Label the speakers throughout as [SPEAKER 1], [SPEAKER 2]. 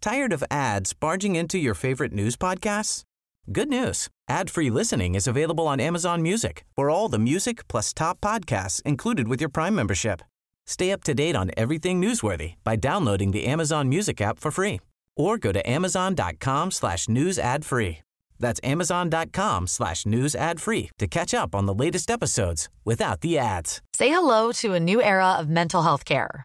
[SPEAKER 1] Tired of ads barging into your favorite news podcasts? Good news. Ad-free listening is available on Amazon Music for all the music plus top podcasts included with your Prime membership. Stay up to date on everything newsworthy by downloading the Amazon Music app for free or go to amazon.com slash news ad free. That's amazon.com slash news ad free to catch up on the latest episodes without the ads.
[SPEAKER 2] Say hello to a new era of mental health care.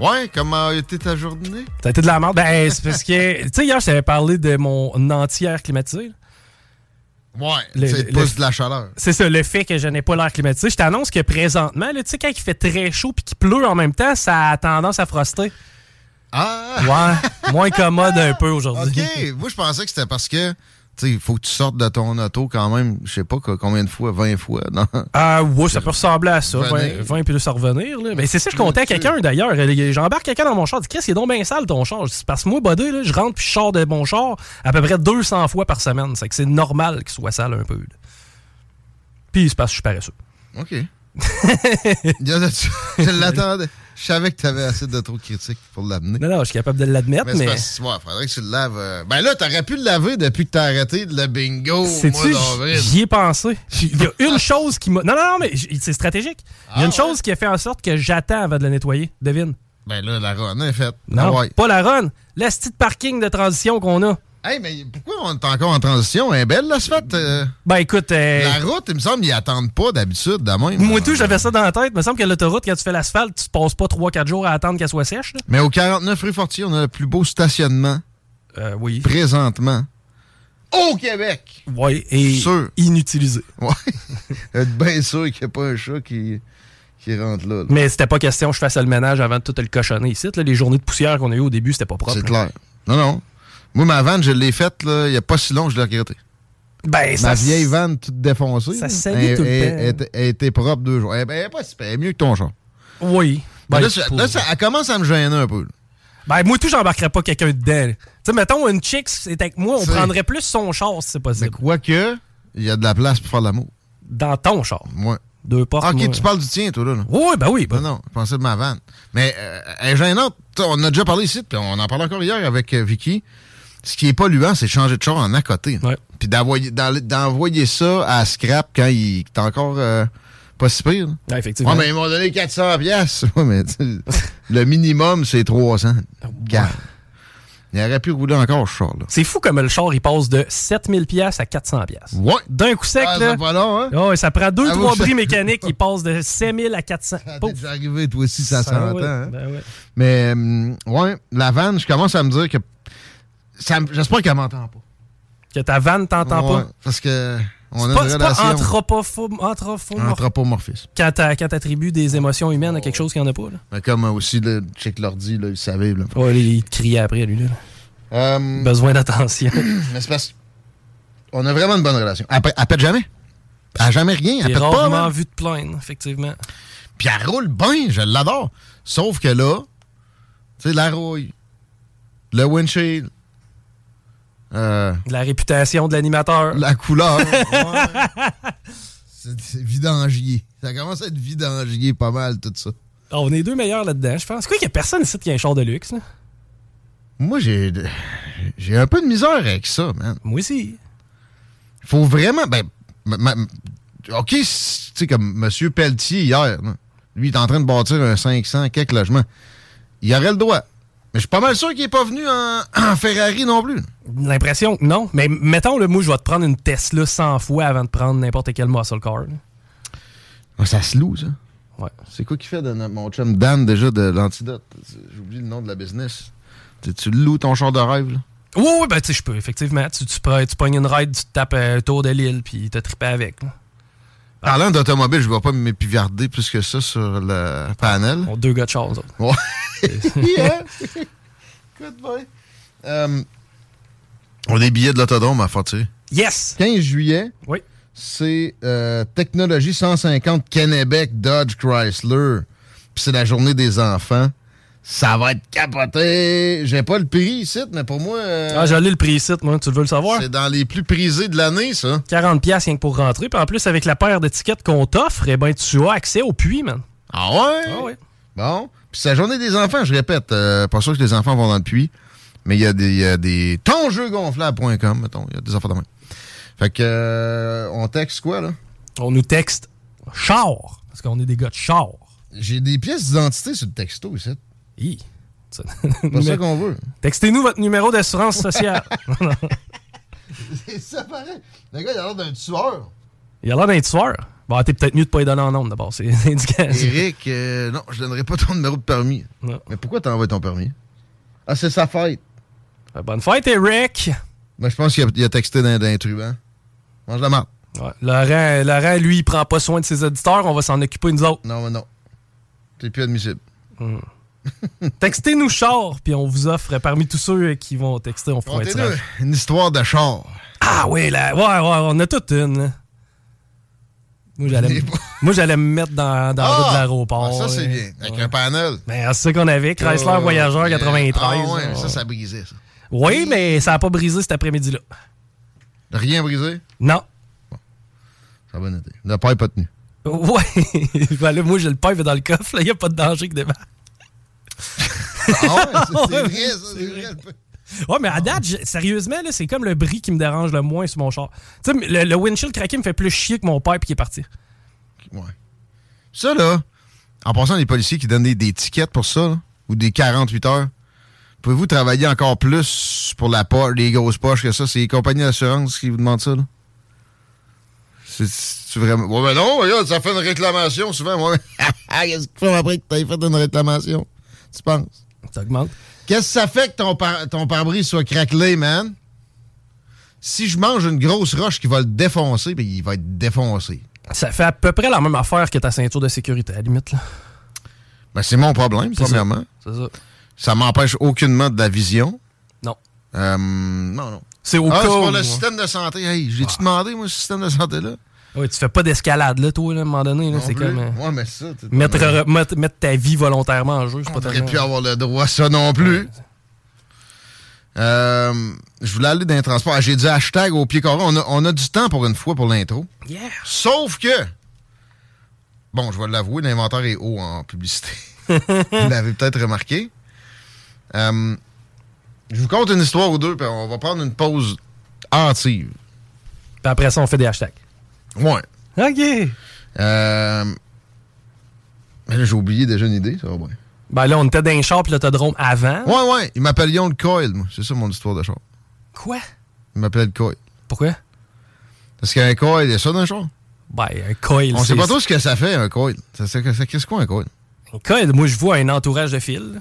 [SPEAKER 3] Ouais, comment a été ta journée?
[SPEAKER 4] Ça a été de la merde. Ben, c'est parce que, tu sais, hier, je t'avais parlé de mon entière climatisé. là.
[SPEAKER 3] Ouais,
[SPEAKER 4] Le-
[SPEAKER 3] c'est
[SPEAKER 4] le-
[SPEAKER 3] plus
[SPEAKER 4] le-
[SPEAKER 3] de la chaleur.
[SPEAKER 4] C'est ça, le fait que je n'ai pas l'air climatisé. Je t'annonce que présentement, là, tu sais, quand il fait très chaud puis qu'il pleut en même temps, ça a tendance à froster.
[SPEAKER 3] Ah!
[SPEAKER 4] Ouais, moins commode un peu aujourd'hui.
[SPEAKER 3] OK, moi je pensais que c'était parce que tu sais, il faut que tu sortes de ton auto quand même, je sais pas co- combien de fois, 20 fois. Non.
[SPEAKER 4] Ah ouais, ça peut ressembler à ça.
[SPEAKER 3] Revenir.
[SPEAKER 4] 20, 20 puis de se revenir. Là. Mais c'est ça, je comptais à quelqu'un d'ailleurs. Euh, J'embarque quelqu'un dans mon char. Je dis, Qu'est-ce qui est donc bien sale ton char? Je dis, Parce que moi, body, là, je rentre puis je sors de mon char à peu près 200 fois par semaine. C'est que c'est normal qu'il soit sale un peu. là. Puis c'est parce que je suis paresseux.
[SPEAKER 3] OK. Il y en a- je l'attendais. Je savais que tu avais assez de trop critiques pour l'amener.
[SPEAKER 4] Non, non, je suis capable de l'admettre,
[SPEAKER 3] Mais c'est
[SPEAKER 4] mais.
[SPEAKER 3] parce que, ouais, faudrait que tu le laves. euh, Ben là, t'aurais pu le laver depuis que t'as arrêté de le bingo au mois
[SPEAKER 4] Sais-tu,
[SPEAKER 3] d'avril.
[SPEAKER 4] j'y ai pensé. Il y a une chose qui m'a. Non, non, non, mais j- c'est stratégique. Il
[SPEAKER 3] Ah
[SPEAKER 4] y a une chose qui a fait en sorte que j'attends avant de le nettoyer. Devine.
[SPEAKER 3] Ben là, la run est faite.
[SPEAKER 4] Non,
[SPEAKER 3] Ah ouais.
[SPEAKER 4] pas la run. La petite parking de transition qu'on a.
[SPEAKER 3] Hey, mais pourquoi on est encore en transition? Elle est belle, la fait.
[SPEAKER 4] Ben écoute. euh,
[SPEAKER 3] La route, il me semble, ils attendent pas d'habitude, de même.
[SPEAKER 4] Moi tout, j'avais ça dans la tête. Il me semble que l'autoroute, quand tu fais l'asphalte, tu te passes pas 3-4 jours à attendre qu'elle soit sèche.
[SPEAKER 3] Mais au 49 rue Fortier, on a le plus beau stationnement
[SPEAKER 4] oui.
[SPEAKER 3] présentement au Québec.
[SPEAKER 4] Oui, et
[SPEAKER 3] Sûr.
[SPEAKER 4] inutilisé.
[SPEAKER 3] Ouais. Être bien sûr qu'il n'y a pas un chat qui, qui rentre là. là.
[SPEAKER 4] Mais c'était pas question que je fasse le ménage avant de tout le cochonner ici. là. les journées de poussière qu'on a eues au début, c'était pas propre.
[SPEAKER 3] C'est clair. Non, non. Moi, ma vanne, je l'ai faite, là, il n'y a pas si long, je l'ai regretté.
[SPEAKER 4] Ben,
[SPEAKER 3] Ma
[SPEAKER 4] ça-
[SPEAKER 3] vieille vanne, toute défoncée.
[SPEAKER 4] ça
[SPEAKER 3] là,
[SPEAKER 4] salit
[SPEAKER 3] elle-
[SPEAKER 4] tout le
[SPEAKER 3] elle-
[SPEAKER 4] temps.
[SPEAKER 3] elle était- Elle était propre deux jours. Elle, elle est pas si pire, elle est mieux que ton chat.
[SPEAKER 4] Oui.
[SPEAKER 3] Ben,
[SPEAKER 4] Ben,
[SPEAKER 3] là, ça-
[SPEAKER 4] pour-
[SPEAKER 3] là, ça, elle commence à me gêner un peu. là.
[SPEAKER 4] Ben, moi tout, j'embarquerais pas quelqu'un dedans. là. Tu sais, mettons, une chick c'est avec moi, on
[SPEAKER 3] C'est-
[SPEAKER 4] prendrait plus son char si c'est
[SPEAKER 3] Mais
[SPEAKER 4] possible.
[SPEAKER 3] quoique, il y a de la place pour faire de l'amour.
[SPEAKER 4] Dans ton char.
[SPEAKER 3] Ouais.
[SPEAKER 4] Deux portes.
[SPEAKER 3] Ah, ok,
[SPEAKER 4] moi.
[SPEAKER 3] tu parles du tien, toi, là. là.
[SPEAKER 4] Oui, ben oui. ben-
[SPEAKER 3] Non, non, je pensais de ma vanne. Mais euh, elle est gênante. T'sais, On a déjà parlé ici, puis on en parlait encore hier avec euh, Vicky. Ce qui est polluant, c'est de changer de char en à côté.
[SPEAKER 4] Ouais.
[SPEAKER 3] Puis d'envoyer, d'en- d'envoyer ça à Scrap quand il est encore euh, pas si pire. là.
[SPEAKER 4] Ah, effectivement.
[SPEAKER 3] Ouais, mais ils m'ont donné 400 pièces. Ouais, mais tu- le minimum, c'est 300.
[SPEAKER 4] Ah,
[SPEAKER 3] Regarde. Il aurait pu rouler encore ce char-là.
[SPEAKER 4] C'est fou comme le char, il passe de 7000 pièces à 400 pièces.
[SPEAKER 3] Ouais.
[SPEAKER 4] D'un coup sec,
[SPEAKER 3] Ah,
[SPEAKER 4] là.
[SPEAKER 3] c'est pas long, hein?
[SPEAKER 4] Oh, ça prend deux,
[SPEAKER 3] Ah,
[SPEAKER 4] trois
[SPEAKER 3] oui, ça-
[SPEAKER 4] bris mécaniques, il passe de 5000 à 400.
[SPEAKER 3] Ça t'est
[SPEAKER 4] Pouf.
[SPEAKER 3] déjà arrivé, toi aussi, ça
[SPEAKER 4] Ah,
[SPEAKER 3] s'entend.
[SPEAKER 4] ouais,
[SPEAKER 3] hein?
[SPEAKER 4] ben ouais.
[SPEAKER 3] Mais, hum, ouais, la vanne, je commence à me dire que. ça me- J'espère qu'elle m'entend pas.
[SPEAKER 4] Que ta vanne t'entend
[SPEAKER 3] Ouais,
[SPEAKER 4] pas.
[SPEAKER 3] Parce que on
[SPEAKER 4] C'est
[SPEAKER 3] a
[SPEAKER 4] pas,
[SPEAKER 3] une
[SPEAKER 4] c'est pas
[SPEAKER 3] relation
[SPEAKER 4] anthropophobe, anthropomorphe.
[SPEAKER 3] anthropomorphiste.
[SPEAKER 4] Quand t'a- quand t'attribues des émotions humaines à quelque chose qu'il n'y en a pas. Là.
[SPEAKER 3] Mais comme euh, aussi le check l'ordi, là, il savait. Là.
[SPEAKER 4] Oh, il te criait après, lui. Là.
[SPEAKER 3] Euh,
[SPEAKER 4] Besoin d'attention.
[SPEAKER 3] mais c'est parce on a vraiment une bonne relation. Elle, pe- elle pète jamais. Elle a jamais rien. Elle
[SPEAKER 4] J'ai
[SPEAKER 3] pète pas.
[SPEAKER 4] rarement
[SPEAKER 3] man.
[SPEAKER 4] vu de plaindre, effectivement.
[SPEAKER 3] Puis elle roule bien. Je l'adore. Sauf que là, tu sais, la rouille, le windshield, euh,
[SPEAKER 4] De la réputation de l'animateur.
[SPEAKER 3] la couleur. Ouais. c'est c'est vidangier. Ça commence à être vidangier pas mal, tout ça.
[SPEAKER 4] Ah, On est deux meilleurs là-dedans, je pense. C'est quoi qu'il n'y a personne ici qui a un char de luxe? là?
[SPEAKER 3] Moi, j'ai j'ai un peu de misère avec ça, man.
[SPEAKER 4] Moi aussi.
[SPEAKER 3] faut vraiment. Ben, ma- ma- OK, c'est- tu sais, comme M. Pelletier hier, là, lui, il est en train de bâtir un 500, quelques logements. Il aurait le droit. Mais je suis pas mal sûr qu'il est pas venu en, en Ferrari non plus.
[SPEAKER 4] L'impression que non. Mais mettons, le moi, je vais te prendre une Tesla 100 fois avant de prendre n'importe quel muscle car. là.
[SPEAKER 3] Ah, Ça se loue, ça.
[SPEAKER 4] Ouais.
[SPEAKER 3] C'est quoi qui fait de notre- mon chum Dan déjà de l'antidote? J'oublie le nom de la business. Tu, tu loues ton char de rêve, là.
[SPEAKER 4] Oui, oui, ben, tu sais, je peux, effectivement. Tu, tu, prends- tu pognes une ride, tu te tapes un tour de l'île, puis t'as trippé avec. là.
[SPEAKER 3] Parlant d'automobile, je vais pas m'épivarder plus que ça sur le panel.
[SPEAKER 4] On a deux gars de char, nous autres.
[SPEAKER 3] Ouais. yeah! Good boy. Euh, on a des billets de l'autodrome à faire tirer.
[SPEAKER 4] Yes!
[SPEAKER 3] 15 juillet,
[SPEAKER 4] Oui.
[SPEAKER 3] c'est euh, Technologie 150 Kennebec Dodge Chrysler. Puis c'est la journée des enfants. Ça va être capoté. J'ai pas le prix ici, mais pour moi, euh,
[SPEAKER 4] Ah, j'allais le prix ici, moi. Tu veux le savoir?
[SPEAKER 3] c'est dans les plus prisés de l'année, ça.
[SPEAKER 4] 40 pièces rien que pour rentrer. Puis en plus, avec la paire d'étiquettes qu'on t'offre, eh ben, tu as accès au puits, man.
[SPEAKER 3] Ah ouais?
[SPEAKER 4] Ah ouais.
[SPEAKER 3] Bon. Puis c'est la journée des enfants, je répète. euh, pas sûr que les enfants vont dans le puits. Mais il y a des, il y a des tonjeugonflable.com, mettons. Il y a des affaires de même. Fait que, euh, on texte quoi, là?
[SPEAKER 4] On nous texte char, parce qu'on est des gars de char.
[SPEAKER 3] J'ai des pièces d'identité sur le texto ici.
[SPEAKER 4] Hi. Ça-
[SPEAKER 3] Pas ça qu'on veut.
[SPEAKER 4] Textez-nous votre numéro d'assurance sociale.
[SPEAKER 3] C'est ça pareil. Le gars, il a l'air d'un tueur.
[SPEAKER 4] Il a l'air d'un tueur. Bon, t'es peut-être mieux de pas y donner en nombre d'abord, c'est indiquant.
[SPEAKER 3] Eric, euh, non, je donnerai pas ton numéro de permis.
[SPEAKER 4] Non.
[SPEAKER 3] Mais pourquoi t'as envoyé ton permis? Ah, c'est sa fête.
[SPEAKER 4] Bonne fête, Eric!
[SPEAKER 3] Ben, je pense qu'il a, il a texté d'un d'un truand. hein. Mange la marde.
[SPEAKER 4] Ouais, Laurent, Laurent, lui, il prend pas soin de ses auditeurs, on va s'en occuper nous autres.
[SPEAKER 3] Non, mais non. T'es plus admissible.
[SPEAKER 4] Textez-nous char, puis on vous offre euh, parmi tous ceux qui vont texter, on fera un
[SPEAKER 3] Contez-nous
[SPEAKER 4] tirage.
[SPEAKER 3] une histoire de char.
[SPEAKER 4] Ah oui, là, ouais, ouais, on a toute une. là. Moi, j'allais,
[SPEAKER 3] Des
[SPEAKER 4] me-
[SPEAKER 3] bras.
[SPEAKER 4] moi, j'allais me mettre dans, dans la route de l'aéroport.
[SPEAKER 3] Ah, ça, c'est
[SPEAKER 4] là.
[SPEAKER 3] bien. Avec un panel.
[SPEAKER 4] Ben, c'est ça qu'on avait, Chrysler
[SPEAKER 3] Ah,
[SPEAKER 4] Voyageur 93.
[SPEAKER 3] Ah, ouais,
[SPEAKER 4] là.
[SPEAKER 3] ça, ça brisait, ça.
[SPEAKER 4] Oui, mais ça n'a pas brisé cet après-midi-là.
[SPEAKER 3] Rien brisé,
[SPEAKER 4] Non.
[SPEAKER 3] ça va noter. Le père est pas
[SPEAKER 4] Ah,
[SPEAKER 3] tenu.
[SPEAKER 4] Ouais. Ben là, moi, j'ai le père dans le coffre. Il n'y a pas de danger qui démarre.
[SPEAKER 3] Ah ouais, c'est- c'est vrai, ça, c'est vrai. le père.
[SPEAKER 4] Ouais, mais à date, j'ai- sérieusement, là, c'est comme le bris qui me dérange le moins sur mon char. Tu sais, le, le windshield craqué me fait plus chier que mon père qui est parti.
[SPEAKER 3] Ouais. Ça, là, en passant, les policiers qui donnent des, des tickets pour ça, là, ou des 48 heures, pouvez-vous travailler encore plus pour la po- les grosses poches que ça? C'est les compagnies d'assurance qui vous demandent ça, là? C'est- C'est vraiment. Ouais, mais non, regarde, ça fait une réclamation souvent, moi. Qu'est-ce qu'il faut après que t'aies fait une réclamation? Tu penses?
[SPEAKER 4] Ça augmente.
[SPEAKER 3] Qu'est-ce que ça fait que ton, par- ton pare-brise soit craquelé, man? Si je mange une grosse roche qui va le défoncer, ben, il va être défoncé.
[SPEAKER 4] Ça fait à peu près la même affaire que ta ceinture de sécurité, à la limite. Là.
[SPEAKER 3] Ben, c'est mon problème,
[SPEAKER 4] C'est ça.
[SPEAKER 3] premièrement.
[SPEAKER 4] C'est ça.
[SPEAKER 3] Ça m'empêche aucunement de la vision.
[SPEAKER 4] Non.
[SPEAKER 3] Euh, non, non.
[SPEAKER 4] C'est au
[SPEAKER 3] ah,
[SPEAKER 4] cas
[SPEAKER 3] c'est
[SPEAKER 4] où.
[SPEAKER 3] pour le
[SPEAKER 4] hein.
[SPEAKER 3] système de santé. Hey, j'ai-tu demandé, moi, ce système de santé-là?
[SPEAKER 4] Ouais, tu fais pas d'escalade, là, toi, là, à un moment donné. là,
[SPEAKER 3] Non
[SPEAKER 4] c'est
[SPEAKER 3] plus.
[SPEAKER 4] comme. euh,
[SPEAKER 3] Ouais, mais ça... t'es-
[SPEAKER 4] Mettre,
[SPEAKER 3] on
[SPEAKER 4] re- mettre, mettre ta vie volontairement en jeu, c'est pas
[SPEAKER 3] aurait
[SPEAKER 4] tellement...
[SPEAKER 3] pu avoir le droit à ça non plus. Euh, je voulais aller dans les transports. Ah, J'ai dit hashtag au pied carré. On a, on a du temps pour une fois pour l'intro.
[SPEAKER 4] Yeah!
[SPEAKER 3] Sauf que... Bon, je vais l'avouer, l'inventaire est haut en publicité. Vous l'avez peut-être remarqué. Euh, je vous conte une histoire ou deux, puis on va prendre une pause hâtive.
[SPEAKER 4] Puis après ça, on fait des hashtags.
[SPEAKER 3] Ouais.
[SPEAKER 4] OK!
[SPEAKER 3] Euh... mais là, j'ai oublié déjà une idée, ça va bien.
[SPEAKER 4] Ben là, on était dans un char puis l'autodrome avant.
[SPEAKER 3] Ouais, ouais, il m'appelle Yon le Coil, moi. C'est ça mon histoire de char.
[SPEAKER 4] Quoi?
[SPEAKER 3] Il m'appelle le Coil.
[SPEAKER 4] Pourquoi?
[SPEAKER 3] Parce qu'un coil, il y a ça dans le char.
[SPEAKER 4] Ben, un coil.
[SPEAKER 3] On sait
[SPEAKER 4] c'est-
[SPEAKER 3] pas trop ce que ça fait, un coil. Ça, ça- ça- Qu'est-ce qu'un coil?
[SPEAKER 4] Un coil, moi, je vois un entourage de fil.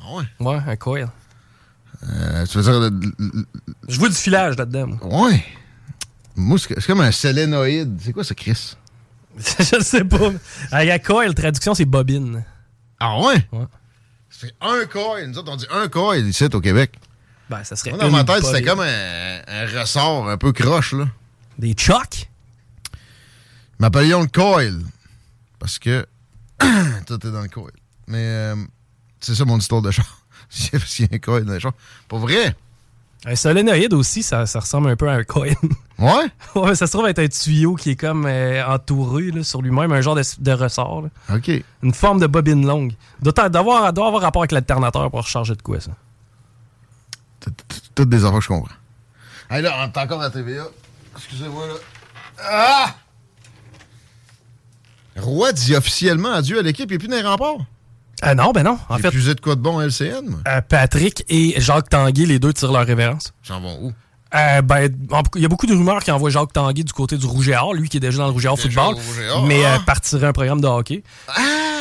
[SPEAKER 3] Ah ouais.
[SPEAKER 4] Ouais, un coil.
[SPEAKER 3] Euh, tu veux dire. le- le- le-
[SPEAKER 4] Je vois du filage là-dedans, moi.
[SPEAKER 3] Ouais. Moi, c'est c'est comme un solénoïde. C'est quoi ça, Chris?
[SPEAKER 4] je le sais pas. Avec un coil, traduction, c'est bobine.
[SPEAKER 3] Ah ouais?
[SPEAKER 4] Ouais.
[SPEAKER 3] C'est un coil. Nous autres, on dit un coil ici, au Québec.
[SPEAKER 4] Ben, ça serait
[SPEAKER 3] Moi, dans
[SPEAKER 4] une
[SPEAKER 3] ma tête, c'était
[SPEAKER 4] bobine.
[SPEAKER 3] comme un, un ressort un peu croche, là.
[SPEAKER 4] Des chocs?
[SPEAKER 3] M'appelions le coil. Parce que tout est dans le coil. Mais euh, c'est ça mon histoire de char. C'est parce qu'il y a un coil dans le char. Pour vrai?
[SPEAKER 4] Un solénoïde aussi, ça, ça ressemble un peu à un coil.
[SPEAKER 3] Ouais?
[SPEAKER 4] ouais, mais ça se trouve être un tuyau qui est comme euh, entouré là, sur lui-même, un genre de, de ressort. là.
[SPEAKER 3] OK.
[SPEAKER 4] Une forme de bobine longue. Doit d'avoir- doit avoir rapport avec l'alternateur pour recharger de quoi, ça?
[SPEAKER 3] Tout- tout- Toutes des affaires que je comprends. Hey là, on est encore à la TVA. Excusez-moi là. Ah! Roy dit officiellement adieu à l'équipe et puis d'un remparts.
[SPEAKER 4] Ah non, ben non. En
[SPEAKER 3] J'ai
[SPEAKER 4] fait,
[SPEAKER 3] plus de quoi de bon à LCN, moi.
[SPEAKER 4] euh, Patrick et Jacques Tanguy, les deux tirent leur révérence.
[SPEAKER 3] Ils s'en vont où?
[SPEAKER 4] Euh, ben, en- il y a beaucoup de rumeurs qui envoient Jacques Tanguy du côté du Rouge et Or, lui qui est déjà dans le Rouge et Or
[SPEAKER 3] Déjà
[SPEAKER 4] football,
[SPEAKER 3] au Rouge et Or,
[SPEAKER 4] mais
[SPEAKER 3] ah.
[SPEAKER 4] euh, partirait un programme de hockey.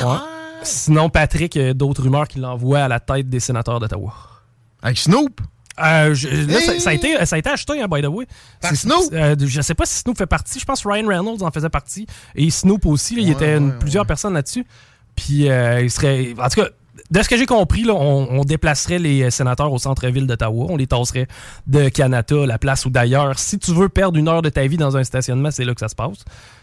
[SPEAKER 4] Ouais. Sinon, Patrick, il y a d'autres rumeurs qui l'envoient à la tête des sénateurs d'Ottawa.
[SPEAKER 3] Avec Snoop?
[SPEAKER 4] Euh, je- là, ça,
[SPEAKER 3] Hey!
[SPEAKER 4] ça a été, ça a été acheté, hein, by the way.
[SPEAKER 3] Par
[SPEAKER 4] C'est-
[SPEAKER 3] Snoop?
[SPEAKER 4] euh, je sais pas si Snoop fait partie. Je pense que Ryan Reynolds en faisait partie. Et Snoop aussi. là, il y
[SPEAKER 3] Ouais,
[SPEAKER 4] était une-
[SPEAKER 3] ouais,
[SPEAKER 4] plusieurs personnes là-dessus. Puis, euh, il serait. En tout cas, de ce que j'ai compris, là, on, on déplacerait les euh, sénateurs au centre-ville d'Ottawa. On les tasserait de Canada, la place ou d'ailleurs. Si tu veux perdre une heure de ta vie dans un stationnement, c'est là que ça se passe.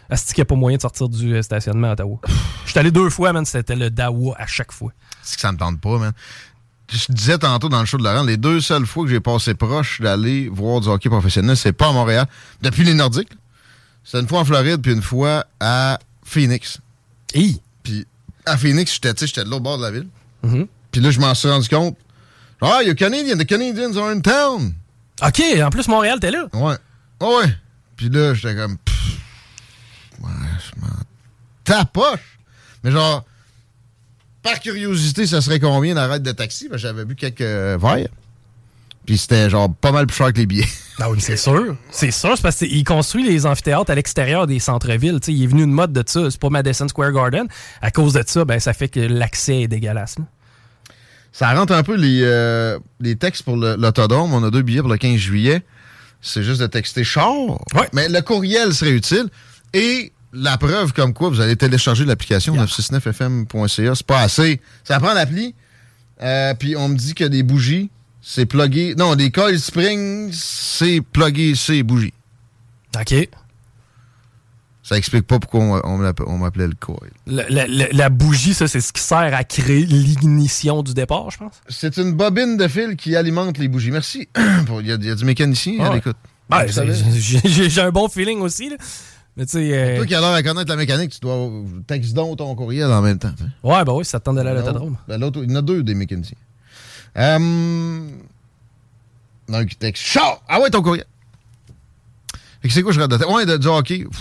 [SPEAKER 4] Est-ce qu'il n'y a pas moyen de sortir du euh, stationnement à Ottawa? Je suis allé deux fois, man. C'était le Dawa à chaque fois.
[SPEAKER 3] C'est que ça me tente pas, man. Je disais tantôt dans le show de Laurent, les deux seules fois que j'ai passé proche d'aller voir du hockey professionnel, c'est pas à Montréal. Depuis les Nordiques. C'était une fois en Floride, puis une fois à Phoenix.
[SPEAKER 4] Hi!
[SPEAKER 3] Puis à Phoenix, j'étais tu sais, j'étais de l'autre bord de la ville. Puis là, je m'en suis rendu compte. Ah, you're Canadian, the Canadians are in town.
[SPEAKER 4] OK, en plus, Montréal, t'es là.
[SPEAKER 3] Ouais. Ah ouais. Puis là, j'étais comme. pff, ouais, je m'en tapoche. Mais genre, par curiosité, ça serait combien d'arrêt de taxi? Parce que j'avais bu quelques euh, verres. Puis c'était genre pas mal plus cher que les billets.
[SPEAKER 4] Ah oui, mais c'est sûr. C'est sûr, c'est parce qu'il construit les amphithéâtres à l'extérieur des centres-villes. Tu sais, Il est venu une mode de ça. C'est pas Madison Square Garden. À cause de ça, ben, ça fait que l'accès est dégueulasse. là.
[SPEAKER 3] Ça rentre un peu les, euh, les textes pour le- l'autodome. On a deux billets pour le 15 juillet. C'est juste de texter char.
[SPEAKER 4] Ouais.
[SPEAKER 3] Mais le courriel serait utile. Et la preuve comme quoi vous allez télécharger l'application 969fm.ca. C'est pas assez. Ça prend l'appli. Euh, puis on me dit que des bougies, c'est plugué. Non, des coil springs, c'est plugué, c'est bougies.
[SPEAKER 4] OK.
[SPEAKER 3] Ça explique pas pourquoi on, on m'appelait- on m'appelait le coil.
[SPEAKER 4] Le- le- le- la bougie, ça, c'est ce qui sert à créer l'ignition du départ, je pense.
[SPEAKER 3] C'est une bobine de fil qui alimente les bougies. Merci. Pour- Il y, a- il y a du mécanicien
[SPEAKER 4] Ah
[SPEAKER 3] à
[SPEAKER 4] ouais.
[SPEAKER 3] l'écoute.
[SPEAKER 4] Ben,
[SPEAKER 3] Vous savez.
[SPEAKER 4] c'est- j'ai j'ai- j'ai un bon feeling aussi. là. Mais tu sais, euh,
[SPEAKER 3] Toi qui as l'air à connaître la mécanique, tu dois texte donc ton courriel en même temps.
[SPEAKER 4] ouais, ben oui, ça te tente d'aller à
[SPEAKER 3] L'autre-
[SPEAKER 4] l'autodrome.
[SPEAKER 3] ben, l'autre, il y en a deux des mécaniciens. Euh, non, qui texte. Char! Ah ouais, ton courriel. Fait que c'est quoi, je radotais? Ouais, de, du hockey. Pff.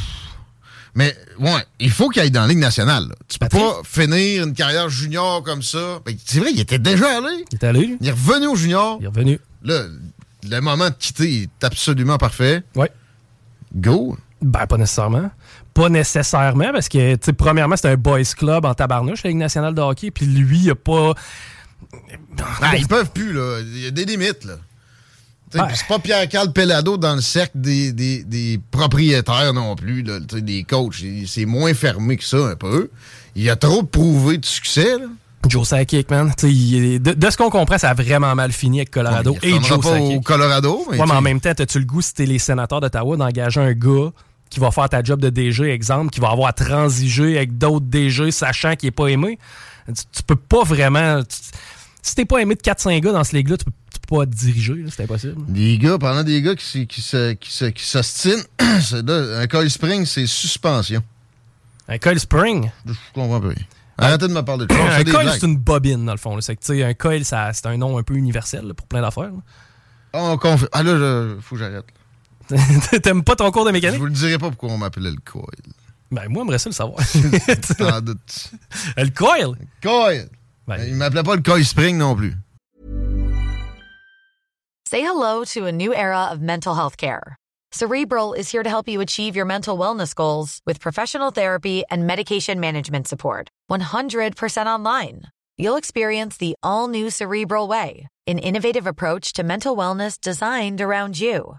[SPEAKER 3] Mais, ouais, il faut qu'il aille dans la Ligue nationale. là. Tu peux
[SPEAKER 4] Patrick?
[SPEAKER 3] pas finir une carrière junior comme ça. Ben, c'est vrai, il était déjà allé.
[SPEAKER 4] Il est allé, lui.
[SPEAKER 3] Il est revenu au junior.
[SPEAKER 4] Il est revenu.
[SPEAKER 3] Là, le moment de quitter est absolument parfait.
[SPEAKER 4] Ouais.
[SPEAKER 3] Go.
[SPEAKER 4] Ben, pas nécessairement. Pas nécessairement, parce que, tu sais, premièrement, c'est un boys club en tabarnouche, la Ligue nationale de hockey, puis lui, il a pas.
[SPEAKER 3] Ah, ils peuvent plus, là. Il y a des limites, là. Tu sais,
[SPEAKER 4] Ouais.
[SPEAKER 3] puis C'est pas Pierre-Carl Pellado dans le cercle des, des- des propriétaires non plus, là, tu sais, des coachs. Il- C'est moins fermé que ça, un peu. Il y a trop prouvé de succès, là.
[SPEAKER 4] Joe Sakic, man. Tu sais, il est- de, de ce qu'on comprend, ça a vraiment mal fini avec Colorado
[SPEAKER 3] Il
[SPEAKER 4] et
[SPEAKER 3] retournera
[SPEAKER 4] Joe
[SPEAKER 3] pas au
[SPEAKER 4] Sakic.
[SPEAKER 3] Colorado, mais,
[SPEAKER 4] Ouais, mais
[SPEAKER 3] tu
[SPEAKER 4] en
[SPEAKER 3] sais,
[SPEAKER 4] même temps, as-tu le goût, si t'es les sénateurs d'Ottawa, d'engager un gars qui va faire ta job de DG, exemple, qui va avoir à transiger avec d'autres DG, sachant qu'il est pas aimé? Tu, tu peux pas vraiment... tu- si t'es pas aimé de 4-5 gars dans ce ligue-là, tu, peux- tu peux pas te diriger, là, c'est impossible.
[SPEAKER 3] des gars, parlant des gars qui, se- qui, se- qui, se- qui s'ostinent, c'est là, un Coil Spring, c'est suspension.
[SPEAKER 4] Un Cole Spring...
[SPEAKER 3] Je comprends pas rien. Arrêtez de me parler de ça.
[SPEAKER 4] Ah. un
[SPEAKER 3] c'est des
[SPEAKER 4] coil,
[SPEAKER 3] blagues.
[SPEAKER 4] c'est une bobine, dans le fond. là. C'est que, tu sais, un coil, ça- c'est un nom un peu universel là, pour plein d'affaires. là.
[SPEAKER 3] On conf- Ah là, là, faut que j'arrête.
[SPEAKER 4] T'aimes pas ton cours de
[SPEAKER 3] Je
[SPEAKER 4] mécanique?
[SPEAKER 3] vous le dirai pas pourquoi on m'appelait le Coil.
[SPEAKER 4] Ben, moi, j'aimerais ça le savoir.
[SPEAKER 3] T'en doutes.
[SPEAKER 4] le coil?
[SPEAKER 3] Coil!
[SPEAKER 4] Ben,
[SPEAKER 3] Il m'appelait pas le Coil Spring non plus.
[SPEAKER 2] Say hello to a new era of mental health care. Cerebral is here to help you achieve your mental wellness goals with professional therapy and medication management support. 100% online. You'll experience the all new Cerebral Way, an innovative approach to mental wellness designed around you.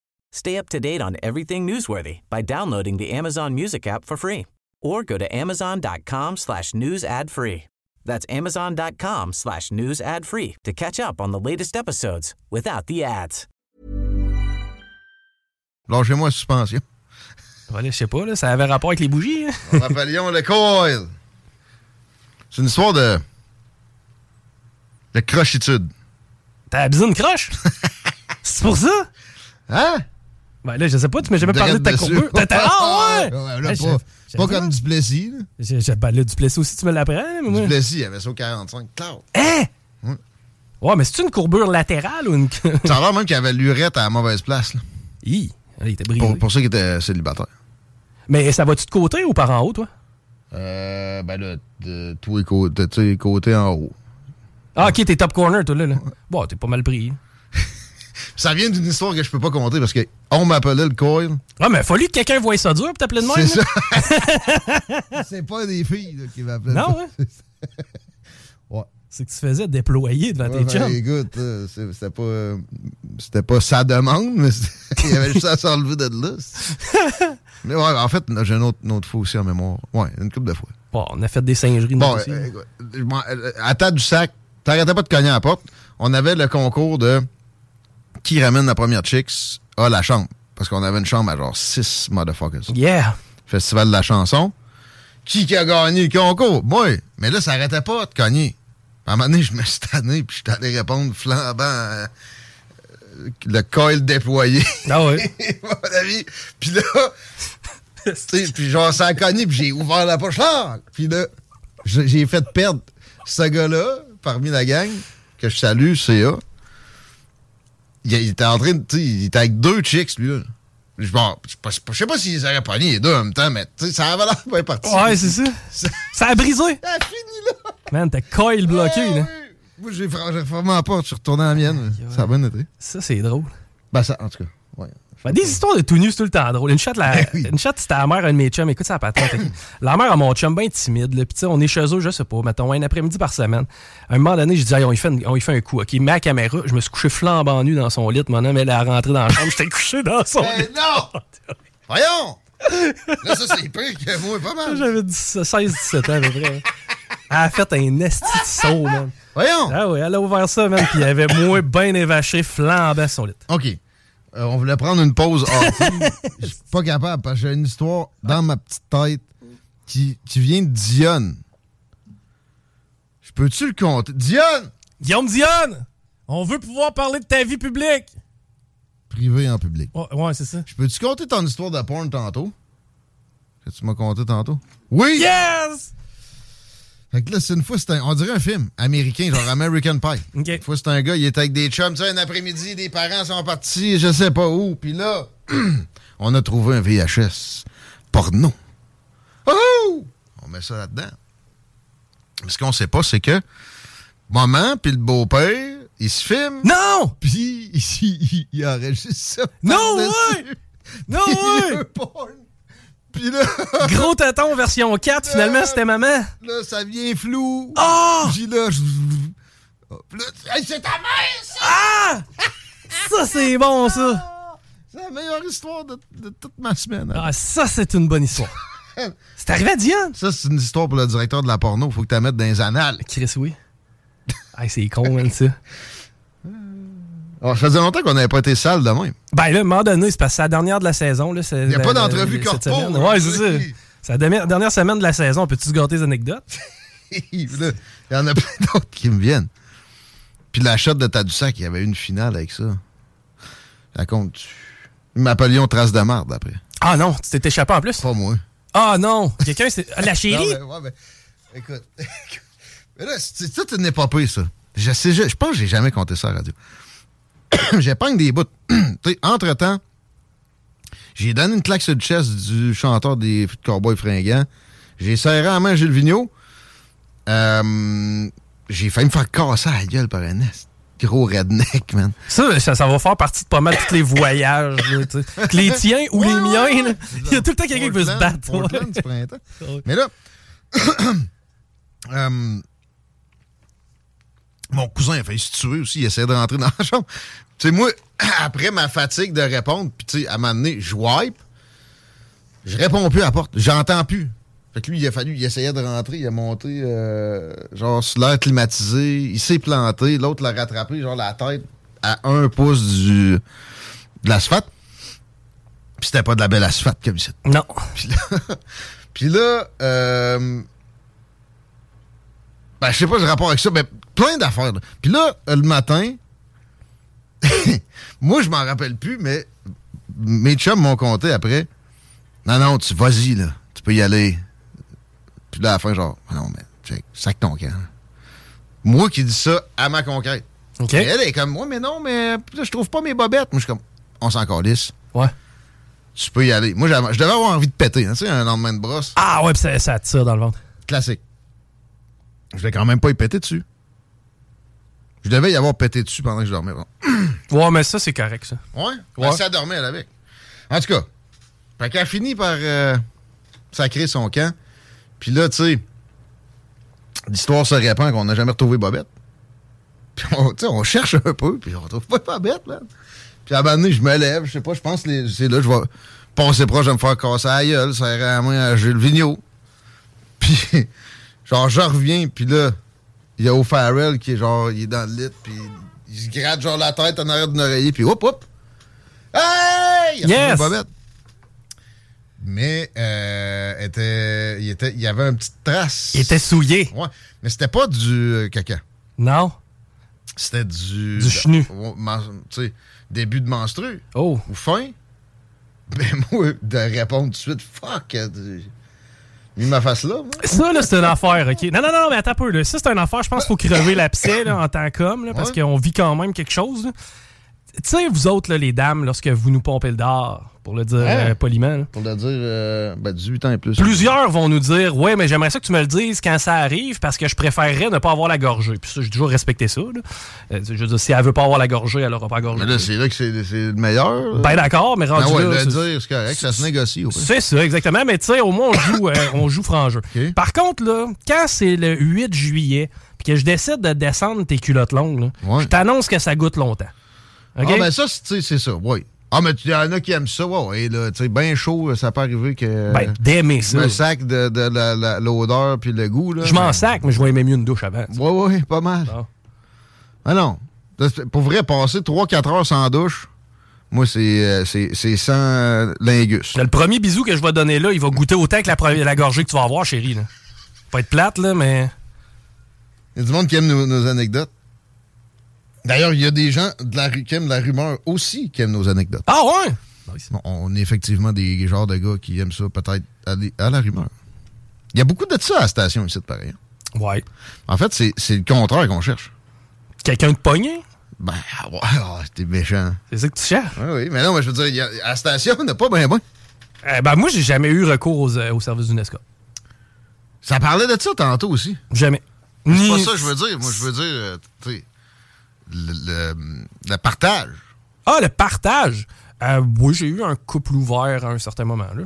[SPEAKER 1] Stay up to date on everything newsworthy by downloading the Amazon Music app for free or go to amazon.com slash news ad free. That's amazon.com slash news ad free to catch up on the latest episodes without the ads.
[SPEAKER 3] Lâchez-moi la suspension.
[SPEAKER 4] Voilà, je sais pas, là, ça avait rapport avec les bougies. hein.
[SPEAKER 3] Raphaëlion Le Coil. C'est une histoire de. de crochitude.
[SPEAKER 4] T'as abusé une croche? C'est pour ça?
[SPEAKER 3] Hein?
[SPEAKER 4] Ben là, je sais pas, tu m'as jamais parlé de
[SPEAKER 3] Direct
[SPEAKER 4] ta
[SPEAKER 3] dessus.
[SPEAKER 4] courbure. T'as- t'as- Ah ouais!
[SPEAKER 3] là,
[SPEAKER 4] Hey,
[SPEAKER 3] pas,
[SPEAKER 4] j'ai-
[SPEAKER 3] pas
[SPEAKER 4] j'ai-
[SPEAKER 3] comme Duplessis. Là.
[SPEAKER 4] J'ai j'ai- ben là, du Plessis aussi, tu me l'apprends, hein, mais moi.
[SPEAKER 3] Duplessis, il avait ça au 45. Claude.
[SPEAKER 4] Hein?
[SPEAKER 3] Ouais.
[SPEAKER 4] Ouais, mais c'est une courbure latérale ou une.
[SPEAKER 3] Ça a l'air même qu'il avait l'urette à la mauvaise place. là.
[SPEAKER 4] Hi! Il était brisé.
[SPEAKER 3] Pour, pour ceux qui étaient célibataires.
[SPEAKER 4] Mais ça va-tu de côté ou par en haut, toi?
[SPEAKER 3] Euh, ben là, de tous les côtés, tu sais, les côtés en haut.
[SPEAKER 4] Ah, ok, t'es top corner, toi, là. là. Bon, t'es pas mal pris.
[SPEAKER 3] Ça vient d'une histoire que je peux pas compter parce que on m'appelait le coil.
[SPEAKER 4] Ah, mais fallu que quelqu'un voie ça dur pour t'appeler de même.
[SPEAKER 3] C'est
[SPEAKER 4] là.
[SPEAKER 3] ça. C'est pas des filles là, qui m'appelaient.
[SPEAKER 4] Non, hein?
[SPEAKER 3] Ouais.
[SPEAKER 4] C'est que tu faisais déployer devant
[SPEAKER 3] Ouais,
[SPEAKER 4] tes
[SPEAKER 3] ben,
[SPEAKER 4] chums.
[SPEAKER 3] écoute, euh, c'est- c'était pas, euh, c'était pas sa demande, mais c'était- il y avait juste à s'enlever de là. c'est- mais ouais, en fait, j'ai une autre, une autre fois aussi en mémoire. Ouais, une couple de fois.
[SPEAKER 4] Bon, on a fait des singeries, nous
[SPEAKER 3] Bon,
[SPEAKER 4] aussi.
[SPEAKER 3] euh, écoute, je m'en- euh, à table du sac, t'arrêtais pas de cogner à la porte. On avait le concours de qui ramène la première chicks à la chambre. Parce qu'on avait une chambre à genre 6 motherfuckers.
[SPEAKER 4] Yeah!
[SPEAKER 3] Festival de la chanson. Qui qui a gagné le concours? Moi. Mais là, ça arrêtait pas de cogner. À un moment donné, je me suis tanné, puis je suis allé répondre flambant euh, euh, le coil déployé.
[SPEAKER 4] Ah ouais.
[SPEAKER 3] mon ami. Puis là, tu sais, puis genre, ça a cogné, puis j'ai ouvert la poche. Ah! Puis là, j'ai j'ai fait perdre ce gars-là, parmi la gang, que je salue, CA. Il, il était en train de. tu sais, Il était avec deux chicks, lui, là. Je bon, je sais pas- je sais pas s'ils auraient pogné les deux en même temps, mais tu sais, ça avait l'air bien parti.
[SPEAKER 4] Ouais, c'est ça. Ça a brisé.
[SPEAKER 3] Ah, fini là!
[SPEAKER 4] Man, t'as coil bloqué,
[SPEAKER 3] Ah,
[SPEAKER 4] là.
[SPEAKER 3] oui. Moi, j'ai fra- j'ai refermé la porte, je suis retourné à la mienne. Ça a bien été.
[SPEAKER 4] Ça, c'est drôle.
[SPEAKER 3] Ben, ça, en tout cas, ouais.
[SPEAKER 4] Ben, des histoires de tout nu, c'est tout le temps drôle. Une chatte, la...
[SPEAKER 3] oui.
[SPEAKER 4] une chatte, c'était la mère un de mes chums. Écoute, ça a pas de temps. La mère à mon chum, bien timide. Là. Puis, tu sais, on est chez eux, je sais pas, mettons, un après-midi par semaine. À un moment donné, je dis, Hey, on, y fait une- on y fait un coup. OK, ma caméra, je me suis couché flambant nu dans son lit. Mon homme, elle est rentrée dans la chambre. J'étais couché dans son
[SPEAKER 3] Mais
[SPEAKER 4] lit.
[SPEAKER 3] non! Voyons! Là, ça, c'est pire que moi, pas mal.
[SPEAKER 4] J'avais 16-17 ans, à peu près. Elle a fait un esti de saut, man.
[SPEAKER 3] Voyons!
[SPEAKER 4] Ah oui, elle a ouvert ça, man. Puis, il y avait moins bien évaché, flambant sur son lit.
[SPEAKER 3] OK. Euh, on voulait prendre une pause. hâtive. Je suis pas capable parce que j'ai une histoire dans ma petite tête qui, qui vient de Dionne. Je peux-tu le compter? Dionne!
[SPEAKER 4] Guillaume Dionne, on veut pouvoir parler de ta vie publique.
[SPEAKER 3] Privé en public.
[SPEAKER 4] Ouais, ouais, c'est ça.
[SPEAKER 3] Je peux-tu compter ton histoire de porn tantôt? Que tu m'as conté tantôt? Oui!
[SPEAKER 4] Yes!
[SPEAKER 3] Fait que là, c'est une fois, c'est un- on dirait un film américain, genre American Pie.
[SPEAKER 4] Ok.
[SPEAKER 3] Une fois, c'est un gars, il est avec des chums, tu sais, un après-midi, des parents sont partis, je sais pas où. Puis là, on a trouvé un VHS porno. Oh! On met ça là-dedans. Mais ce qu'on sait pas, c'est que maman puis le beau-père, ils se filment,
[SPEAKER 4] Non!
[SPEAKER 3] puis ils, ils enregistrent ça.
[SPEAKER 4] Non,
[SPEAKER 3] par-dessus.
[SPEAKER 4] ouais! Non,
[SPEAKER 3] Puis
[SPEAKER 4] ouais!
[SPEAKER 3] le porn. Puis là,
[SPEAKER 4] Gros tonton version 4, finalement, c'était maman.
[SPEAKER 3] là, ça vient flou.
[SPEAKER 4] Oh!
[SPEAKER 3] Puis là, je- Puis là, Hey, c'est ta mère, ça!
[SPEAKER 4] Ah! Ça, c'est bon, ça!
[SPEAKER 3] C'est la meilleure histoire de, de toute ma semaine.
[SPEAKER 4] Ah, ça, c'est une bonne histoire. C'est arrivé à Diane?
[SPEAKER 3] Ça, c'est une histoire pour le directeur de la porno. Faut que tu la mettes dans les annales.
[SPEAKER 4] Chris, oui. Hey, c'est con, man, ça.
[SPEAKER 3] Alors, ça faisait longtemps qu'on n'avait pas été sale de même.
[SPEAKER 4] Ben là, à un moment donné, c'est parce que c'est la dernière de la saison. Il
[SPEAKER 3] Y a pas d'entrevue corpo, hein. là.
[SPEAKER 4] Ouais, c'est ça. C'est la demi- dernière semaine de la saison. Peux-tu se gâter des anecdotes?
[SPEAKER 3] Puis là, Il y en a plein d'autres qui me viennent. Puis la shot de Tadoussac, il y avait une finale avec ça. La compte. Ils m'appelions Trace de marde après.
[SPEAKER 4] Ah non, tu t'es échappé en plus?
[SPEAKER 3] Pas moi.
[SPEAKER 4] Ah non! Quelqu'un, c'est. Ah, La chérie!
[SPEAKER 3] Non, mais, ouais, mais, écoute. mais là, c'est c'est toute une épopée, ça. Je, sais, je, je pense que j'ai jamais compté ça à la radio. J'épargne des bouts. Tu sais, Entre-temps, j'ai donné une claque sur le chest du chanteur des Cowboys fringants. J'ai serré la main à Gilles Vigneault. Euh, j'ai failli me faire casser la gueule par un est. Gros redneck, man.
[SPEAKER 4] Ça, ça, ça va faire partie de pas mal tous les voyages. là, tu sais. que les tiens ou les
[SPEAKER 3] Ouais, ouais,
[SPEAKER 4] miens, là,
[SPEAKER 3] ouais.
[SPEAKER 4] il y a tout le temps quelqu'un qui veut se
[SPEAKER 3] Portland,
[SPEAKER 4] battre. ouais.
[SPEAKER 3] Portland du printemps.
[SPEAKER 4] Ouais.
[SPEAKER 3] Mais là, euh, mon cousin a failli se tuer aussi. Il essayait de rentrer dans la chambre. Tu sais, moi, après ma fatigue de répondre, puis tu sais, à un moment donné, je wipe. Je réponds plus à la porte. J'entends plus. Fait que lui, il a fallu, il essayait de rentrer, il a monté, euh, genre, sur l'air climatisé, il s'est planté, l'autre l'a rattrapé, genre, la tête à un pouce du, de l'asphalte. Puis c'était pas de la belle asphalte comme ça.
[SPEAKER 4] Non.
[SPEAKER 3] Puis là, puis là euh, ben, je sais pas le rapport avec ça, mais plein d'affaires. là. Puis là, euh, le matin, moi, je m'en rappelle plus, mais mes chums m'ont compté après. Non, non, tu vas-y, là. Tu peux y aller. Puis là, à la fin, genre, non, mais check, sac ton camp. là. Moi qui dis ça à ma conquête.
[SPEAKER 4] OK.
[SPEAKER 3] Mais Elle est comme, moi, mais non, mais là, je trouve pas mes bobettes. Moi, je suis comme, on s'en calisse.
[SPEAKER 4] Ouais.
[SPEAKER 3] Tu peux y aller. Moi, j'avais- je devais avoir envie de péter, hein, tu sais, un lendemain de brosse.
[SPEAKER 4] Ah ouais, pis ça, ça tire dans le ventre.
[SPEAKER 3] Classique. Je vais quand même pas y péter dessus. Je devais y avoir pété dessus pendant que je dormais. bon.
[SPEAKER 4] Ouais, mais ça, c'est correct, ça.
[SPEAKER 3] Ouais? Ben,
[SPEAKER 4] Ouais.
[SPEAKER 3] si elle dormait, elle avec. En tout cas, fait qu'elle finit par euh, sacrer son camp. Puis là, tu sais, l'histoire se répand qu'on n'a jamais retrouvé Bobette. Puis on, tu sais, on cherche un peu, puis on trouve pas Bobette, là. Puis à un moment donné, je me lève, je sais pas, je pense que les- c'est là, je vais passer proche, je vais me faire casser la gueule, serrer la main à Jules Vigneault. Puis, genre, je reviens, puis là, il y a O'Farrell qui est genre, il est dans le lit, puis il se gratte genre la tête en arrière d'une oreiller, puis hop, hop! Hey! Il a
[SPEAKER 4] Yes!
[SPEAKER 3] retrouvé Bobette. Mais, euh, était, il, était, il y avait une petite trace.
[SPEAKER 4] Il était souillé.
[SPEAKER 3] Ouais, mais c'était pas du euh, caca.
[SPEAKER 4] Non?
[SPEAKER 3] C'était du.
[SPEAKER 4] Du chenu.
[SPEAKER 3] Ouais, men- Tu sais, début de menstru
[SPEAKER 4] Oh.
[SPEAKER 3] ou fin. Ben, moi, de répondre tout de suite, fuck, euh, tu- mis ma face là, moi.
[SPEAKER 4] Ça, là, c'est une affaire, OK? Non, non, non, mais attends un peu. Là. Ça, c'est une affaire. Je pense qu'il faut crever l'abcès là, en tant qu'homme, là, parce
[SPEAKER 3] Ouais.
[SPEAKER 4] qu'on vit quand même quelque chose. là. Tu sais, vous autres, là, les dames, lorsque vous nous pompez le dard, pour le dire
[SPEAKER 3] Ouais.
[SPEAKER 4] euh, poliment, là,
[SPEAKER 3] Pour le dire, euh, ben, 18 ans et plus.
[SPEAKER 4] plusieurs vont nous dire Ouais, mais j'aimerais ça que tu me le dises quand ça arrive, parce que je préférerais ne pas avoir la gorgée. Puis ça, j'ai toujours respecté ça. Là. Euh, je veux dire, si elle veut pas avoir la gorgée, elle aura pas la gorgée.
[SPEAKER 3] Mais là, c'est là que c'est c'est le meilleur. là.
[SPEAKER 4] ben d'accord, mais rendu
[SPEAKER 3] Ah ouais,
[SPEAKER 4] là,
[SPEAKER 3] le
[SPEAKER 4] c'est-
[SPEAKER 3] dire, c'est correct, ça se négocie, au fait.
[SPEAKER 4] C'est ça, exactement. Mais tu sais, au moins, on joue, euh, on joue franc jeu.
[SPEAKER 3] Ok.
[SPEAKER 4] Par contre, là, quand c'est le 8 juillet, puis que je décide de descendre tes culottes longues, là,
[SPEAKER 3] Ouais.
[SPEAKER 4] je t'annonce que ça goûte longtemps. OK?
[SPEAKER 3] Ah, ben, ça, c'est tu sais, c'est ça, oui. Ah, mais il y en a qui aiment ça, ouais, ouais, là, tu sais, bien chaud, euh, ça peut arriver que.
[SPEAKER 4] Ben, d'aimer
[SPEAKER 3] je
[SPEAKER 4] ça.
[SPEAKER 3] me sac de, de la- la- l'odeur puis le goût, là.
[SPEAKER 4] Je m'en
[SPEAKER 3] mais-
[SPEAKER 4] sac, mais je vais aimer mieux une douche avant. tu sais.
[SPEAKER 3] Ouais, ouais, pas mal.
[SPEAKER 4] Bon.
[SPEAKER 3] Ah non. Là, c'est- Pour vrai, passer 3-4 heures sans douche, moi, c'est, euh, c'est, c'est sans euh, lingus.
[SPEAKER 4] Le premier bisou que je vais donner là, il va goûter autant que la, pre- la gorgée que tu vas avoir, chérie. Là. Pas être plate, là, mais.
[SPEAKER 3] Il y a du monde qui aime nos, nos anecdotes. D'ailleurs, il y a des gens de la rue qui aiment la rumeur aussi qui aiment nos anecdotes.
[SPEAKER 4] Ah ouais!
[SPEAKER 3] Bon, on est effectivement des genres de gars qui aiment ça, peut-être aller à la rumeur. Il y a beaucoup de ça à la station ici, pareil.
[SPEAKER 4] Ouais.
[SPEAKER 3] En fait, c'est, c'est le contraire qu'on cherche.
[SPEAKER 4] Quelqu'un de pogné?
[SPEAKER 3] Ben, ah ouais, ah, t'es méchant.
[SPEAKER 4] C'est ça que tu cherches?
[SPEAKER 3] Oui, oui, mais non, mais je veux dire, il y a- à la station, on n'a pas ben ben.
[SPEAKER 4] Eh ben, moi, j'ai jamais eu recours aux, euh, au service d'UNESCO.
[SPEAKER 3] Ça parlait de ça tantôt aussi.
[SPEAKER 4] Jamais.
[SPEAKER 3] C'est
[SPEAKER 4] Ni-
[SPEAKER 3] pas ça que je veux dire. Moi, je veux dire, euh, tu sais, le, le- le partage.
[SPEAKER 4] Ah, le partage! Euh, oui, j'ai eu un couple ouvert à un certain moment. Là.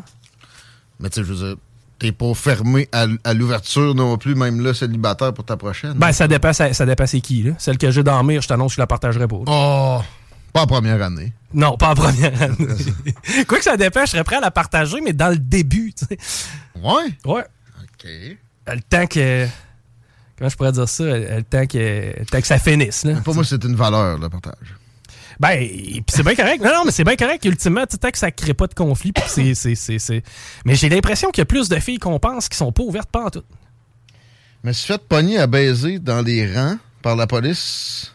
[SPEAKER 3] Mais tu sais, je veux dire, t'es pas fermé à, l- à l'ouverture non plus, même là, célibataire pour ta prochaine.
[SPEAKER 4] Ben, ça dépasse, ça dépasse c'est qui. Là. Celle que j'ai dans la mire, je t'annonce que je la partagerai pas.
[SPEAKER 3] Oh, pas en première année.
[SPEAKER 4] Non, pas en première année. Quoi que ça dépasse, je serais prêt à la partager, mais dans le début. tu sais.
[SPEAKER 3] Ouais.
[SPEAKER 4] Ouais.
[SPEAKER 3] OK.
[SPEAKER 4] Le temps que. Comment je pourrais dire ça? Le temps que, le temps que ça finisse. Là.
[SPEAKER 3] Pour moi, c'est une valeur, le partage.
[SPEAKER 4] Ben, et puis c'est bien correct. Non, non, mais c'est bien correct. Ultimement, tu sais, tant que ça crée pas de conflit, puis c'est- c'est- c'est. c'est- Mais j'ai l'impression qu'il y a plus de filles qu'on pense qui sont pas ouvertes pas en tout.
[SPEAKER 3] Je me suis fait pogner à baiser dans les rangs par la police.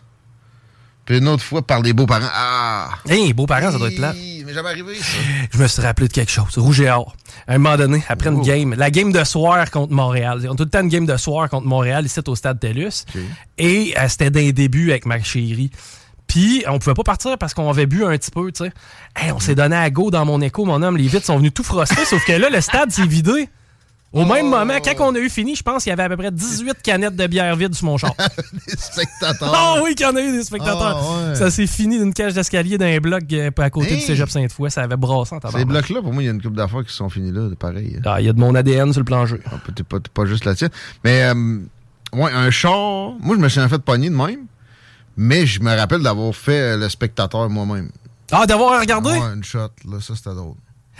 [SPEAKER 3] Puis une autre fois par les beaux-parents. Ah!
[SPEAKER 4] Hey, beaux-parents, ça doit être plat.
[SPEAKER 3] Hi, Mais jamais arrivé, ça.
[SPEAKER 4] Je me suis rappelé de quelque chose. Rouge et or. À un moment donné, après une
[SPEAKER 3] Oh.
[SPEAKER 4] game, la game de soir contre Montréal. On a tout le temps une game de soir contre Montréal ici au stade TELUS. Et euh, c'était d'un début avec ma chérie. Puis, on pouvait pas partir parce qu'on avait bu un petit peu, tu sais. Hey,
[SPEAKER 3] Mm.
[SPEAKER 4] on s'est donné à go dans mon écho, mon homme. Les vitres sont venus tout frosser, sauf que là, le stade s'est vidé. Au même
[SPEAKER 3] Oh.
[SPEAKER 4] moment, quand on a eu fini, je pense qu'il y avait à peu près 18 canettes de bière vide sur mon char.
[SPEAKER 3] Les spectateurs.
[SPEAKER 4] Ah oui, qu'il y en a eu des spectateurs.
[SPEAKER 3] Ah, ouais.
[SPEAKER 4] Ça s'est fini d'une cage d'escalier d'un bloc euh, à côté
[SPEAKER 3] Hey.
[SPEAKER 4] du Cégep Sainte-Foy. Ça avait brassé en
[SPEAKER 3] Ces
[SPEAKER 4] tabarnak.
[SPEAKER 3] blocs-là, pour moi, il y a une couple d'affaires qui se sont finies là, pareil. hein.
[SPEAKER 4] Ah, Il y a de mon ADN sur le plan jeu.
[SPEAKER 3] Ah, peut- T'es pas, t'es pas juste la tienne. Mais, euh, ouais, un char. Moi, je me suis en fait pogner de même. Mais je me rappelle d'avoir fait euh, le spectateur moi-même.
[SPEAKER 4] Ah, d'avoir regardé?
[SPEAKER 3] Ouais, une shot, là, ça c'était drôle.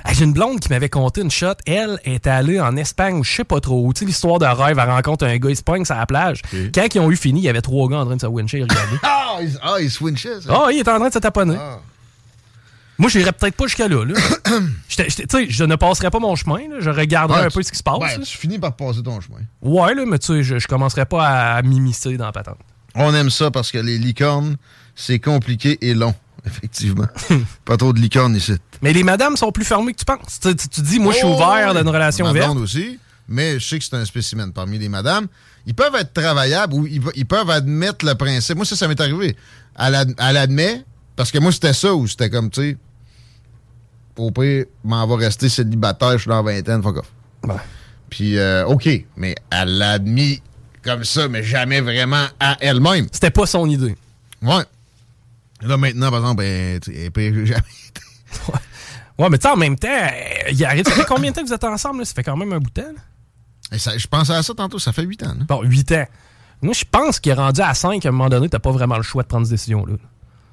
[SPEAKER 4] Ah, J'ai une blonde qui m'avait conté une shot. Elle est allée en Espagne ou je sais pas trop. où. Tu sais, l'histoire de rêve, elle rencontre un gars, il se pogne sur la plage. Quand ils ont eu fini, il y avait trois gars en train de se wincher. regardez.
[SPEAKER 3] Ah, il, ah, il se winchait, ça. Ah.
[SPEAKER 4] Ah, il est en train de se taponner. Moi, j'irais peut-être pas jusqu'à là. là. J'étais- j'étais- tu sais, je ne passerais pas mon chemin. là. Je regarderais
[SPEAKER 3] Ouais,
[SPEAKER 4] un peu ce qui se passe.
[SPEAKER 3] Ouais,
[SPEAKER 4] là.
[SPEAKER 3] Ah, ben, tu finis par passer ton chemin.
[SPEAKER 4] Ouais, là, mais tu sais, je, je commencerais pas à m'immiscer dans la patente.
[SPEAKER 3] On aime ça parce que les licornes, c'est compliqué et long, effectivement. pas trop de licornes ici.
[SPEAKER 4] Mais les madames sont plus fermées que tu penses. Tu, tu- tu dis, moi, je suis
[SPEAKER 3] Oh,
[SPEAKER 4] ouvert à
[SPEAKER 3] oui.
[SPEAKER 4] une relation
[SPEAKER 3] Ma
[SPEAKER 4] ouverte.
[SPEAKER 3] blonde aussi, mais je sais que c'est un spécimen parmi les madames. Ils peuvent être travaillables ou ils, pe- ils peuvent admettre le principe. Moi, ça, ça m'est arrivé. Elle, ad- elle admet, parce que moi, c'était ça où c'était comme, tu sais, au pire, m'en va rester célibataire, je suis dans la vingtaine, fuck off.
[SPEAKER 4] Ouais.
[SPEAKER 3] Puis, euh, OK, mais elle l'a admis comme ça, mais jamais vraiment à elle-même.
[SPEAKER 4] C'était pas son idée.
[SPEAKER 3] Ouais. Là, maintenant, par exemple, ben, tu sais, elle est pire que jamais.
[SPEAKER 4] Ouais, mais tu sais, en même temps, euh, il arrive. Ça fait combien de temps que vous êtes ensemble? là? Ça fait quand même un bout de temps. là?
[SPEAKER 3] Et ça- Je pensais à ça tantôt, ça fait huit ans. hein. là.
[SPEAKER 4] Bon, 8 ans. Moi, je pense qu'il est rendu à 5 à un moment donné, t'as pas vraiment le choix de prendre cette décision-là.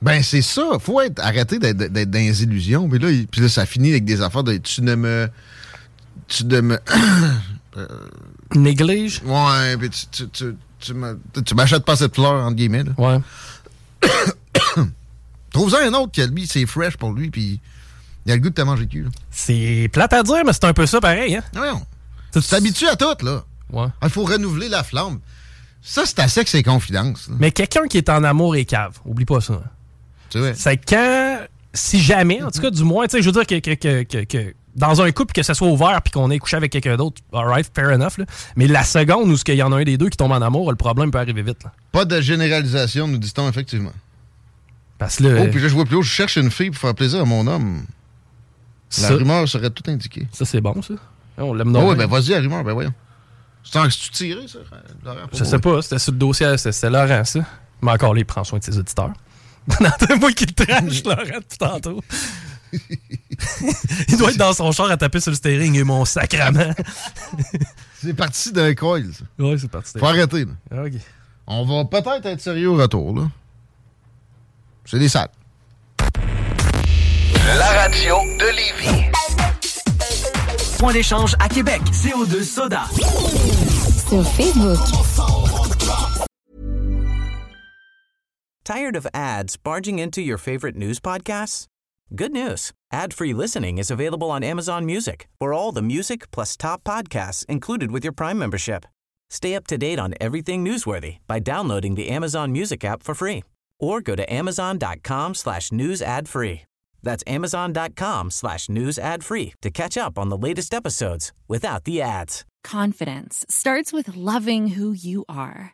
[SPEAKER 3] Ben, c'est ça. Faut être, arrêter d'être, d'être dans les illusions. Puis là, il- puis là, ça finit avec des affaires de tu ne me. Tu ne me.
[SPEAKER 4] Néglige?
[SPEAKER 3] Ouais, puis tu, tu, tu, tu me- tu m'achètes pas cette fleur, entre guillemets. Là.
[SPEAKER 4] Ouais.
[SPEAKER 3] Trouve-en un autre qui, lui, c'est fresh pour lui, puis il a le goût de te manger le cul. Là.
[SPEAKER 4] C'est plate à dire, mais c'est un peu ça pareil, hein?
[SPEAKER 3] Voyons.
[SPEAKER 4] Tu
[SPEAKER 3] Tu t'habitues à tout, là.
[SPEAKER 4] Ouais.
[SPEAKER 3] Il faut renouveler la flamme. Ça, c'est assez que c'est confidence. là.
[SPEAKER 4] Mais quelqu'un qui est en amour et cave, oublie pas ça. hein.
[SPEAKER 3] Tu vois.
[SPEAKER 4] C'est quand, si jamais, en tout cas, du moins, tu sais, je veux dire que, que- que- que- que dans un couple, que ce soit ouvert puis qu'on ait couché avec quelqu'un d'autre, alright, fair enough, là. Mais la seconde où ce qu'il y en a un des deux qui tombe en amour, le problème peut arriver vite, là.
[SPEAKER 3] Pas de généralisation, nous dit-on, effectivement.
[SPEAKER 4] Parce que là,
[SPEAKER 3] Oh, puis là, je vois plus haut, je cherche une fille pour faire plaisir à mon homme. La
[SPEAKER 4] ça,
[SPEAKER 3] rumeur serait tout indiquée.
[SPEAKER 4] ça, c'est bon, ça. On l'aime
[SPEAKER 3] Ah
[SPEAKER 4] non.
[SPEAKER 3] ouais, ben vas-y, la rumeur, ben voyons. C'est en- C'est-tu tiré, ça, Laurent?
[SPEAKER 4] Je sais pas, c'était sur le dossier, c'était c'était Laurent, ça. Mais encore, là, il prend soin de ses auditeurs. Non, c'est moi qui le trash, Laurent, depuis tantôt. il doit être dans son char à taper sur le steering et mon sacrament.
[SPEAKER 3] C'est parti d'un coil, ça.
[SPEAKER 4] Ouais, c'est parti. Ah,
[SPEAKER 3] Faut arrêter, là.
[SPEAKER 4] Ok.
[SPEAKER 3] On va peut-être être sérieux au retour, là. C'est des salles.
[SPEAKER 5] La radio de Lévis.
[SPEAKER 6] Point d'échange à Québec. CO2 Soda.
[SPEAKER 7] Sur Facebook,
[SPEAKER 1] Tired of ads barging into your favorite news podcasts? Good news. Ad-free listening is available on Amazon Music for all the music plus top podcasts included with your Prime membership. Stay up to date on everything newsworthy by downloading the Amazon Music app for free or go to amazon.com slash news ad free. That's amazon.com slash news ad free to catch up on the latest episodes without the ads.
[SPEAKER 8] Confidence starts with loving who you are.